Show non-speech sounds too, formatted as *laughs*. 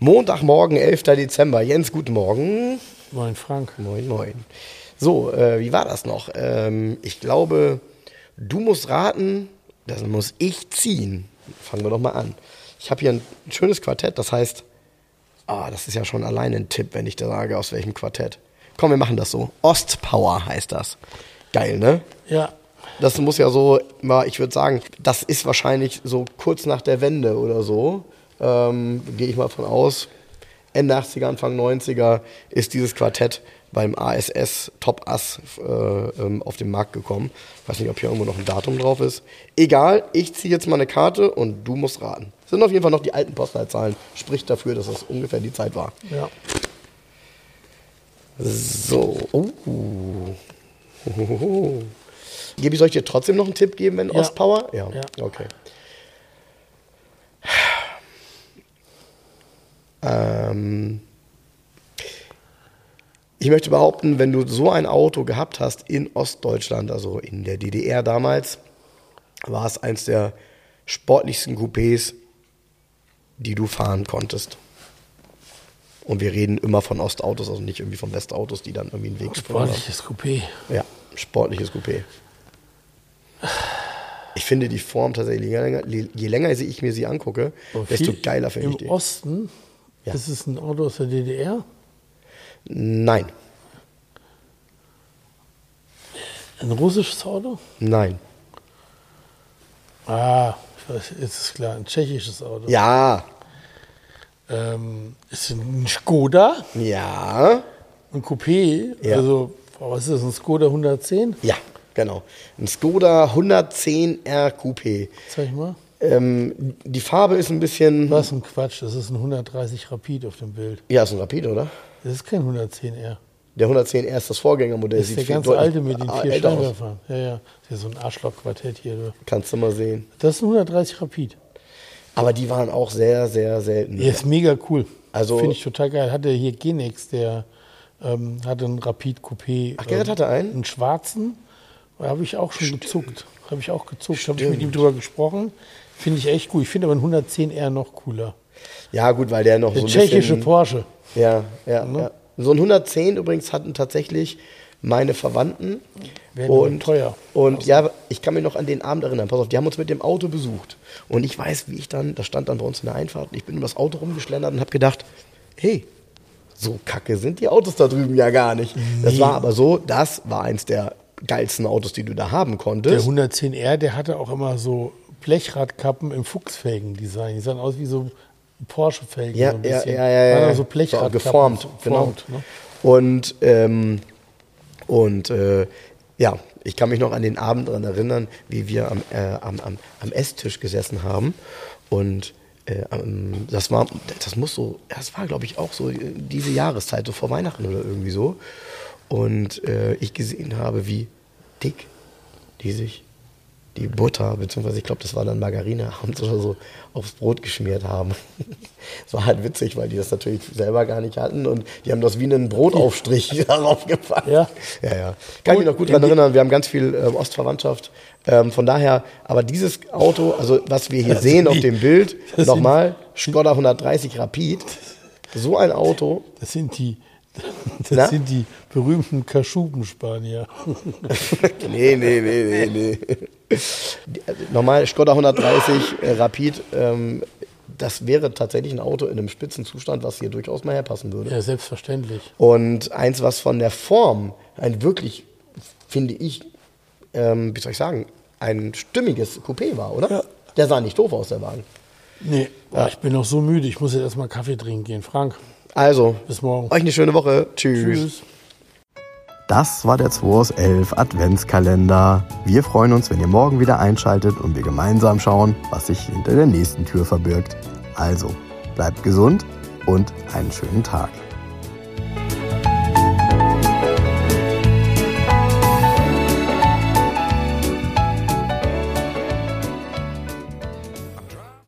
Montagmorgen, 11. Dezember. Jens, guten Morgen. Moin Frank. Moin, moin. So, äh, wie war das noch? Ähm, ich glaube, du musst raten, das muss ich ziehen. Fangen wir doch mal an. Ich habe hier ein schönes Quartett, das heißt, ah, das ist ja schon alleine ein Tipp, wenn ich da sage, aus welchem Quartett. Komm, wir machen das so. Ostpower heißt das. Geil, ne? Ja, Das muss ja so, mal, ich würde sagen, das ist wahrscheinlich so kurz nach der Wende oder so. Ähm, Gehe ich mal von aus. Ende 80er, Anfang 90er ist dieses Quartett beim ASS Top Ass äh, ähm, auf den Markt gekommen. Weiß nicht, ob hier irgendwo noch ein Datum drauf ist. Egal, ich ziehe jetzt mal eine Karte und du musst raten. Sind auf jeden Fall noch die alten Postleitzahlen. Spricht dafür, dass das ungefähr die Zeit war. ja. So. Oh. Hohoho. Gibi, soll ich dir trotzdem noch einen Tipp geben, wenn Ostpower? Ja. Okay. Ähm, ich möchte behaupten, wenn du so ein Auto gehabt hast in Ostdeutschland, also in der DDR damals, war es eins der sportlichsten Coupés, die du fahren konntest. Und wir reden immer von Ostautos, also nicht irgendwie von Westautos, die dann irgendwie einen Weg gefunden haben. Sportliches Coupé. Ja, sportliches Coupé. Ich finde die Form tatsächlich, je länger, je länger sie- ich mir sie angucke, desto Viel- geiler finde ich die. Im Osten Ja. ist es ein Auto aus der DDR. Nein, Ein russisches Auto? nein. Ah, ich weiß, jetzt ist klar, ein tschechisches Auto. Ja, Ähm, ist ein Skoda, ja, ein Coupé. Ja. Also, boah, was ist das, ein Skoda 110? ja, genau. Ein Skoda 110R Coupé. Zeig mal. Ähm, die Farbe ist ein bisschen. Was ein Quatsch, das ist ein 130 Rapid auf dem Bild. Ja, ist ein Rapid, oder? Das ist kein 110R. Der 110R ist das Vorgängermodell. Das ist der viel ganz deutlich alte mit den vier älter aus. Scheinwerfern. Ja, ja. Das ist ja so ein Arschloch-Quartett hier. du. Kannst du mal sehen. Das ist ein 130 Rapid. Aber die waren auch sehr, sehr selten. Der ist mega cool. Also- Finde ich total geil. Hatte hier Genex, der ähm, hatte einen Rapid Coupé. Ach, Gerrit ähm, hatte einen? Einen schwarzen. Da habe ich auch schon gezuckt. Habe ich auch gezuckt. Habe ich mit ihm drüber gesprochen. Finde ich echt gut. Ich finde aber einen 110R noch cooler. Ja, gut, weil der noch Der so Also ein tschechische bisschen, Porsche. Ja, ja, Ne? ja. So ein 110 übrigens hatten tatsächlich meine Verwandten. Werden aber teuer. Und ja, ich kann mich noch an den Abend erinnern. Pass auf, die haben uns mit dem Auto besucht. Und ich weiß, wie ich dann, das stand dann bei uns in der Einfahrt, und ich bin um das Auto rumgeschlendert und habe gedacht, hey, so kacke sind die Autos da drüben ja gar nicht. Das war aber so, das war eins der geilsten Autos, die du da haben Der konntest. 110R, der hatte auch immer so Blechradkappen im Fuchsfelgen-Design. Die sahen aus wie so Porsche-Felgen. Ja, so ein ja, bisschen. ja, ja, ja. Waren auch ja. so Blechradkappen. geformt, so genau. geformt, ne? Und ähm, und äh, ja, ich kann mich noch an den Abend daran erinnern, wie wir am, äh, am, am, am Esstisch gesessen haben und äh, am- das war, das muss so, das war glaube ich auch so äh, diese Jahreszeit, so vor Weihnachten oder irgendwie so. Und äh, ich gesehen habe, wie dick die sich die Butter, beziehungsweise ich glaube, das war dann Margarine abends oder so, aufs Brot geschmiert haben. *laughs* Es war halt witzig, weil die das natürlich selber gar nicht hatten und die haben das wie einen Brotaufstrich *laughs* darauf gepackt. Ja. ja, ja. Kann mich noch gut daran erinnern, wir haben ganz viel ähm, Ostverwandtschaft. Ähm, von daher, aber dieses Auto, also was *laughs* wir hier sehen auf die- dem Bild, das sind- nochmal, Skoda 130 Rapid, so ein Auto, Das sind die, *laughs* das Na? sind die berühmten Kaschubenspanier. *laughs* nee, nee, nee, nee, nee. Die- also Normal, Skoda 130 äh, Rapid, ähm, das wäre tatsächlich ein Auto in einem spitzen Zustand, was hier durchaus mal herpassen würde. *laughs* Ja, selbstverständlich. Und eins, was von der Form ein wirklich, finde ich, ähm, wie soll ich sagen, ein stimmiges Coupé war, oder? Ja. Der sah nicht doof aus, der Wagen. Nee, boah, ich bin noch so müde. Ich muss jetzt erstmal Kaffee trinken gehen. Frank, Also, bis morgen. euch eine schöne Woche. Tschüss. Tschüss. Das war der 2 aus 11 Adventskalender. Wir freuen uns, wenn ihr morgen wieder einschaltet und wir gemeinsam schauen, was sich hinter der nächsten Tür verbirgt. Also, bleibt gesund und einen schönen Tag.